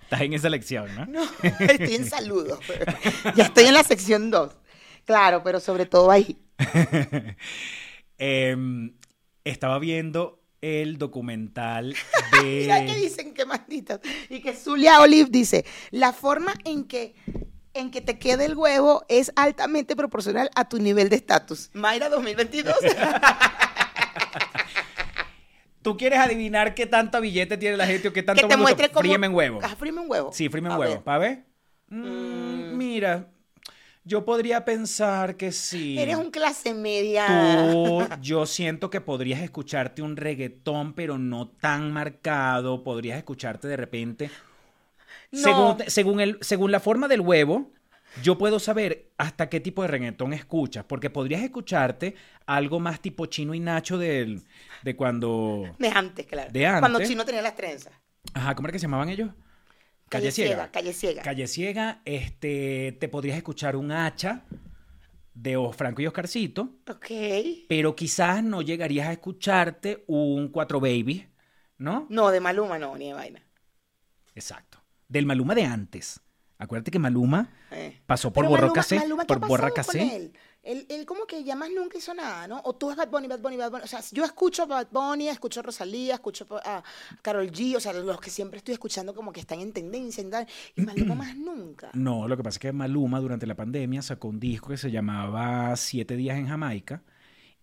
Estás en esa lección, ¿no?
No, estoy en saludo. ya estoy en la sección 2. Claro, pero sobre todo ahí.
Em, estaba viendo el documental de...
Mira que dicen que malditas. Y que Zulia Olive dice, la forma en que, en que te quede el huevo es altamente proporcional a tu nivel de estatus. Mayra 2022.
¿Tú quieres adivinar qué tanto billete tiene la gente o qué tanto
que te
volumen?
muestre cómo...
Fríeme en huevo.
Ah, fríeme un huevo.
Sí, fríeme en
A
huevo.
ver.
¿Para ver? Mm, Mira, yo podría pensar que sí.
Eres un clase media.
Tú, yo siento que podrías escucharte un reggaetón, pero no tan marcado. Podrías escucharte de repente.
No.
Según, según, el, según la forma del huevo, yo puedo saber hasta qué tipo de reggaetón escuchas. Porque podrías escucharte algo más tipo chino y nacho del, de cuando.
De antes, claro.
De antes.
Cuando Chino tenía las trenzas.
Ajá, ¿cómo era que se llamaban ellos?
Calle ciega, calle ciega.
Calle Ciega, este, te podrías escuchar un hacha de O- Franco y Oscarcito,
Ok.
pero quizás no llegarías a escucharte un Cuatro Baby, ¿no?
No, de Maluma no, ni de vaina.
Exacto. Del Maluma de antes. Acuérdate que Maluma
Eh.
pasó por
Pero
Borra
Maluma-
Casé,
Maluma, ¿qué
por
ha
Borra
pasado con
Casé.
Él? Él, él como que ya más nunca hizo nada, ¿no? O tú es Bad Bunny, Bad Bunny, Bad Bunny. O sea, yo escucho a Bad Bunny, escucho a Rosalía, escucho a Carol G, o sea, los que siempre estoy escuchando como que están en tendencia y tal. Y Maluma más nunca.
No, lo que pasa es que Maluma durante la pandemia sacó un disco que se llamaba Siete Días en Jamaica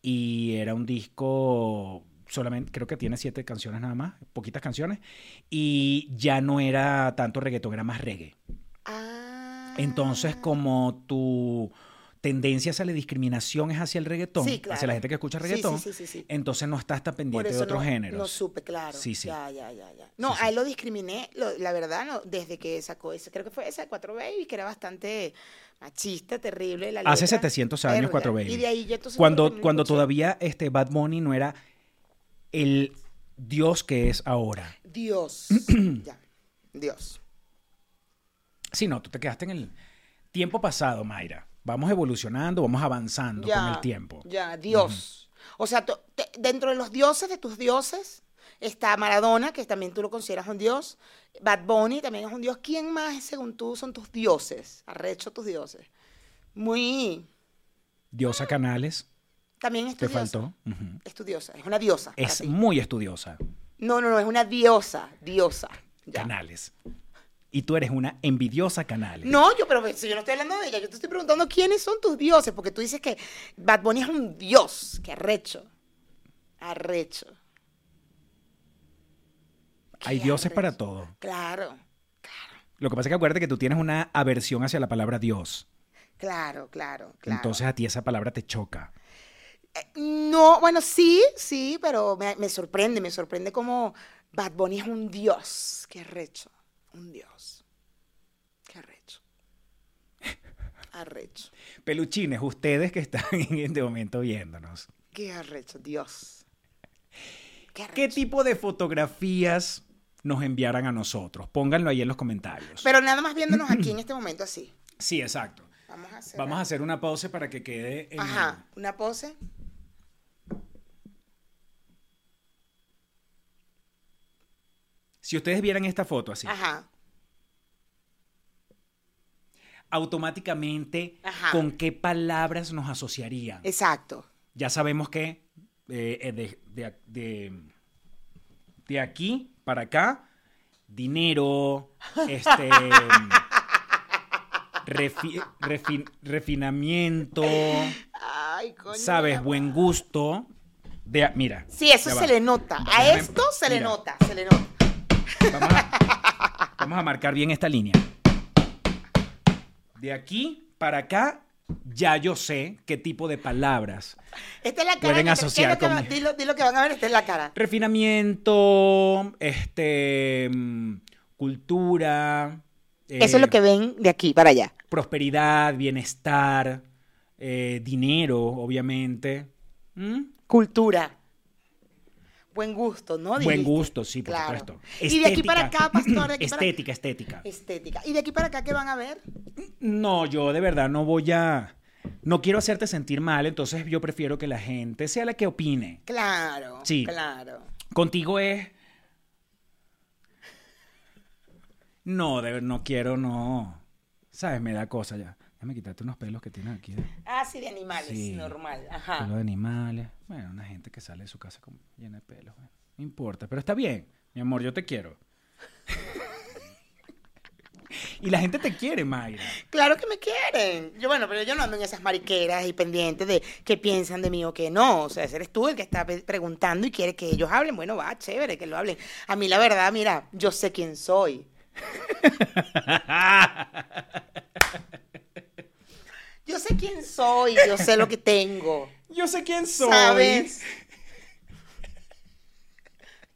y era un disco solamente, creo que tiene siete canciones nada más, poquitas canciones, y ya no era tanto reggaetón, era más reggae.
Ah.
Entonces, como tu tendencia hacia la discriminación es hacia el reggaetón,
Sí, claro.
hacia la gente que escucha
Sí, sí,
reggaetón,
sí, sí, sí.
entonces no estás tan
Por
pendiente de
eso
otros
no,
géneros.
no supe, claro.
Sí, sí.
Ya, ya, ya, ya. No,
Sí, sí.
a él lo discriminé, lo- la verdad, no, desde que sacó ese, creo que fue esa de Cuatro Babies, que era bastante machista, terrible. La
Hace
letra.
700 años,
Verga.
Cuatro Babies.
Y de ahí yo entonces... creo que
cuando
no
cuando
escuché.
todavía este Bad Bunny no era el dios que es ahora.
Dios. ya. Dios.
Sí, no, tú te quedaste en el tiempo pasado, Mayra. Vamos evolucionando, vamos avanzando
Ya.
con el tiempo.
Ya, Dios. O sea, tú- te- dentro de los dioses de tus dioses está Maradona, que también tú lo consideras un dios. Bad Bunny también es un dios. ¿Quién más, según tú, son tus dioses? Arrecho tus dioses. Muy.
Diosa Canales,
También
te
Ah, estudiosa.
faltó. Ujú.
Estudiosa, es una diosa. para
Es
ti.
muy estudiosa,
No, no, no, es una diosa, diosa. Ya.
Canales. Y tú eres una envidiosa Canales.
No, yo, pero si yo no estoy hablando de ella, yo te estoy preguntando quiénes son tus dioses, porque tú dices que Bad Bunny es un dios, que arrecho. Arrecho.
Hay
Qué
dioses para
arrecho.
todo.
Claro, claro,
Lo que pasa es que acuérdate que tú tienes una aversión hacia la palabra Dios.
claro, claro, claro.
Entonces a ti esa palabra te choca.
No, bueno, sí, sí, pero me, me sorprende, me sorprende como Bad Bunny es un dios. Qué arrecho, un dios. Qué arrecho. Arrecho,
Peluchines, ustedes que están en este momento viéndonos.
qué arrecho, dios. Qué
¿Qué
arrecho.
tipo de fotografías nos enviaran a nosotros? Pónganlo ahí en los comentarios.
Pero nada más viéndonos aquí en este momento así.
Sí, exacto.
Vamos a hacer.
Vamos a hacer una pause para que quede en...
Ajá, una pose.
Si ustedes vieran esta foto así,
Ajá.
automáticamente,
Ajá.
¿con qué palabras nos asociarían?
Exacto.
Ya sabemos que eh, eh, de, de- de- de aquí para acá, dinero, este, refi- refi- refinamiento,
Ay, coño.
sabes, buen gusto. De, a- mira.
Sí, eso
ya
se
va.
le nota. A
Déjame-
esto se le
mira.
nota, se le nota.
Vamos a, vamos a marcar bien esta línea. De aquí para acá, ya yo sé qué tipo de palabras.
Esta es la cara.
Pueden
que te- ¿qué es lo
asociar
que va-
conmigo.
dilo, dilo que van a ver, esta es la cara.
Refinamiento, este, mm, cultura.
Eso
eh,
es lo que ven de aquí para allá.
Prosperidad, bienestar, eh, dinero, obviamente. ¿Mm?
Cultura. Buen gusto, ¿no?
Buen
Dijiste.
gusto, sí, por
Claro.
supuesto.
Y de aquí para
Estética.
acá, pastor, de aquí para- Eh.
estética, estética.
Estética. ¿Y de aquí para acá qué van a ver?
No, yo de verdad no voy a. No quiero hacerte sentir mal, entonces yo prefiero que la gente sea la que opine.
Claro.
Sí.
Claro.
Contigo es. No, de ver- no quiero, no. ¿Sabes? Me da cosa ya. Déjame quitarte unos pelos que tienes aquí. de-
Ah, sí, de animales,
Sí.
normal. Ajá.
Pelos de animales. Bueno, una gente que sale de su casa con- llena de pelos. bueno, No importa, pero está bien. Mi amor, yo te quiero. y la gente te quiere, Mayra.
Claro que me quieren. Yo, bueno, pero yo no ando en esas mariqueras y pendientes de qué piensan de mí o qué no. O sea, ese eres tú el que está pe- preguntando y quiere que ellos hablen. Bueno, va, chévere, que lo hablen. A mí, la verdad, mira, yo sé quién soy. Yo sé quién soy, yo sé lo que tengo.
Yo sé quién soy.
¿Sabes?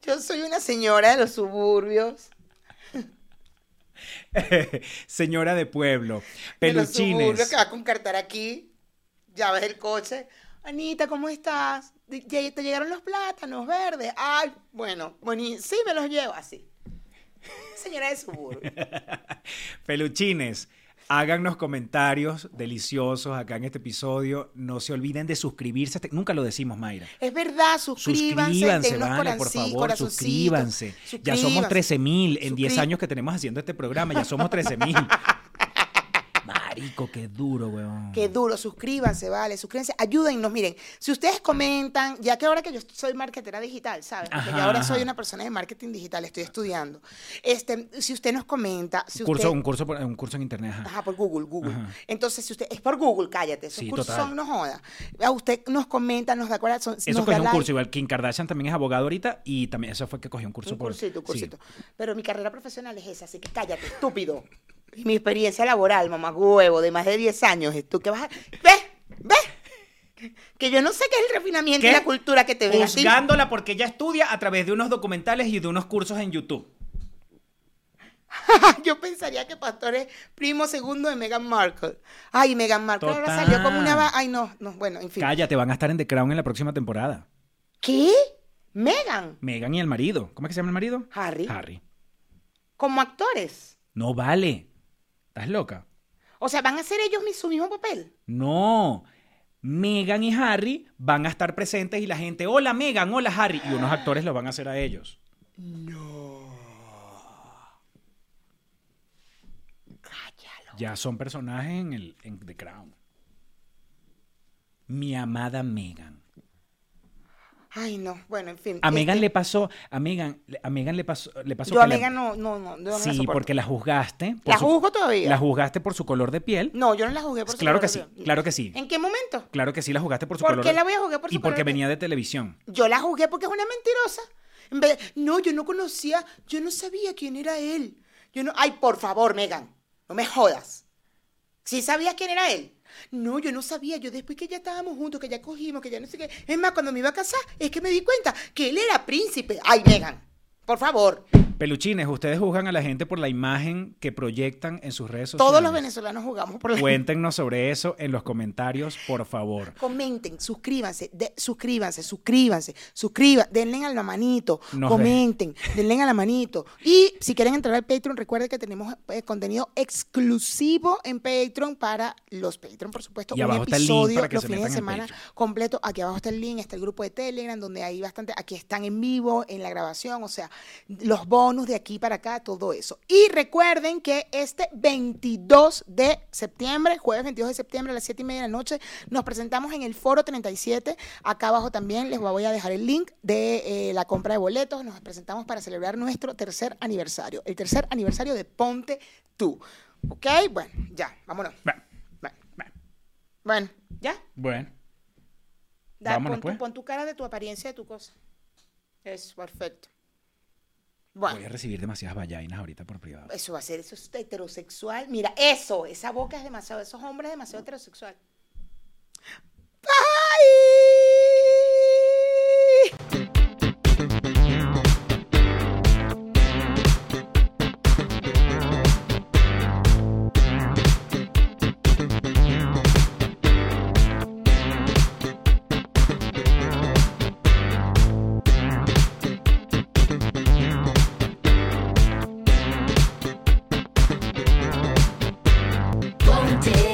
Yo soy una señora de los suburbios.
Señora de pueblo.
de los
Peluchines.
suburbios que va a concartar aquí. Ya ves el coche. Anita, ¿cómo estás? Di- ya- ¿Te llegaron los plátanos verdes? Ay, bueno, boni- sí me los llevo así. Señora de suburbio.
Peluchines, háganos comentarios deliciosos acá en este episodio. No se olviden de suscribirse. a este- Nunca lo decimos, Mayra.
Es verdad, suscríbanse.
Suscríbanse,
dennos
vale, por
corazoncitos,
favor, suscríbanse. Ya somos em-
suscríbanse.
13 mil en 10
Suscrí-
años que tenemos haciendo este programa. Ya somos 13 mil. Marico, qué duro, weón.
Qué duro, suscríbanse, vale, suscríbanse, ayúdennos, miren, si ustedes comentan, ya que ahora que yo soy marketera digital, ¿sabes? Porque
Ajá,
ya ahora
ajá.
soy una persona de marketing digital, estoy estudiando. Este, si usted nos comenta, si
Un curso,
usted...
un, curso, por- un curso en internet. ajá.
Ajá, por Google, Google.
Ajá.
Entonces, si usted es por Google, cállate, esos
Sí,
cursos
total.
son no joda. A usted nos comenta, nos da corazón,
Eso
nos
cogió
da
un
like.
curso, igual Kim Kardashian también es abogado ahorita y también eso fue que cogió un curso
Un
por...
cursito, un
sí.
cursito. Pero mi carrera profesional es esa, así que cállate, estúpido. Y mi experiencia laboral, mamá huevo, de más de 10 años, ¿tú qué vas a...? ¿Ves? ¿Ves? Que yo no sé qué es el refinamiento
¿Qué?
y la cultura que te ven a ti.
juzgándola porque ella estudia a través de unos documentales y de unos cursos en YouTube.
Yo pensaría que Pastor es primo segundo de Meghan Markle. Ay, Meghan Markle ahora salió como una... va-
Total.
Ay, no, no, bueno, en fin.
Cállate, van a estar en The Crown en la próxima temporada.
¿Qué? ¿Meghan?
Megan y el marido. ¿Cómo es que se llama el marido?
Harry.
Harry.
Como actores.
No vale. ¿Estás loca?
O sea, ¿van a hacer ellos mi- su mismo papel?
No. Megan y Harry van a estar presentes y la gente, hola Megan, hola Harry. Y unos actores lo van a hacer a ellos.
Cállalo.
Ya son personajes en, el, en The Crown. Mi amada Megan.
Ay, no. Bueno, en fin.
A Megan
este,
le pasó, a Megan, a Megan le pasó, le pasó
Yo a
que la-
Megan no, no, no. yo no la
sí,
soporto.
porque la juzgaste. por
¿La
su-
juzgo todavía?
La juzgaste por su color de piel.
No, yo no la jugué por su
claro que
color
sí,
de piel.
claro que sí.
¿En qué momento?
Claro que sí, la juzgaste por su
¿Por
color.
qué la voy a juzgar por su
Y porque
color de-
venía de televisión.
Yo la juzgué porque es una mentirosa. En vez- no, yo no conocía, yo no sabía quién era él. Yo no, ay, por favor, Megan, no me jodas. ¿Sí sabías quién era él? No, yo no sabía. Yo después que ya estábamos juntos, que ya cogimos, que ya no sé qué. Es más, cuando me iba a casar, es que me di cuenta que él era príncipe. Ay, Megan, por favor.
Peluchines, ustedes juzgan a la gente por la imagen que proyectan en sus redes sociales.
Todos los venezolanos jugamos por la
Cuéntenos sobre eso en los comentarios, por favor.
Comenten, suscríbanse, de- suscríbanse, suscríbanse, suscríbanse, denle a la manito,
Nos ve.
comenten, denle a la manito. Y si quieren entrar al Patreon, recuerden que tenemos eh, contenido exclusivo en Patreon para los Patreon, por supuesto.
Y
un
abajo está el link
episodio
para que
los
se
fines de
metan en
semana
Patreon.
completo. Aquí abajo está el link, está el grupo de Telegram, donde hay bastante, aquí están en vivo, en la grabación, o sea, los bonus de aquí para acá, todo eso. Y recuerden que este 22 de septiembre, jueves 22 de septiembre a las 7 y media de la noche, nos presentamos en el Foro 37. Acá abajo también les voy a dejar el link de eh, la compra de boletos. Nos presentamos para celebrar nuestro tercer aniversario, el tercer aniversario de Ponte Tú. ¿Ok? Bueno, ya, vámonos.
Va,
Bueno,
va.
bueno, ya.
Bueno,
Da,
Vámonos,
pon,
pues.
tu, pon tu cara de tu apariencia de tu cosa. Eso, perfecto.
voy a
Bueno,
recibir demasiadas vallainas ahorita por privado.
eso va a ser, eso es heterosexual. Mira, eso, esa boca es demasiado, esos hombres es demasiado heterosexual. ¡Ay!
Ponte,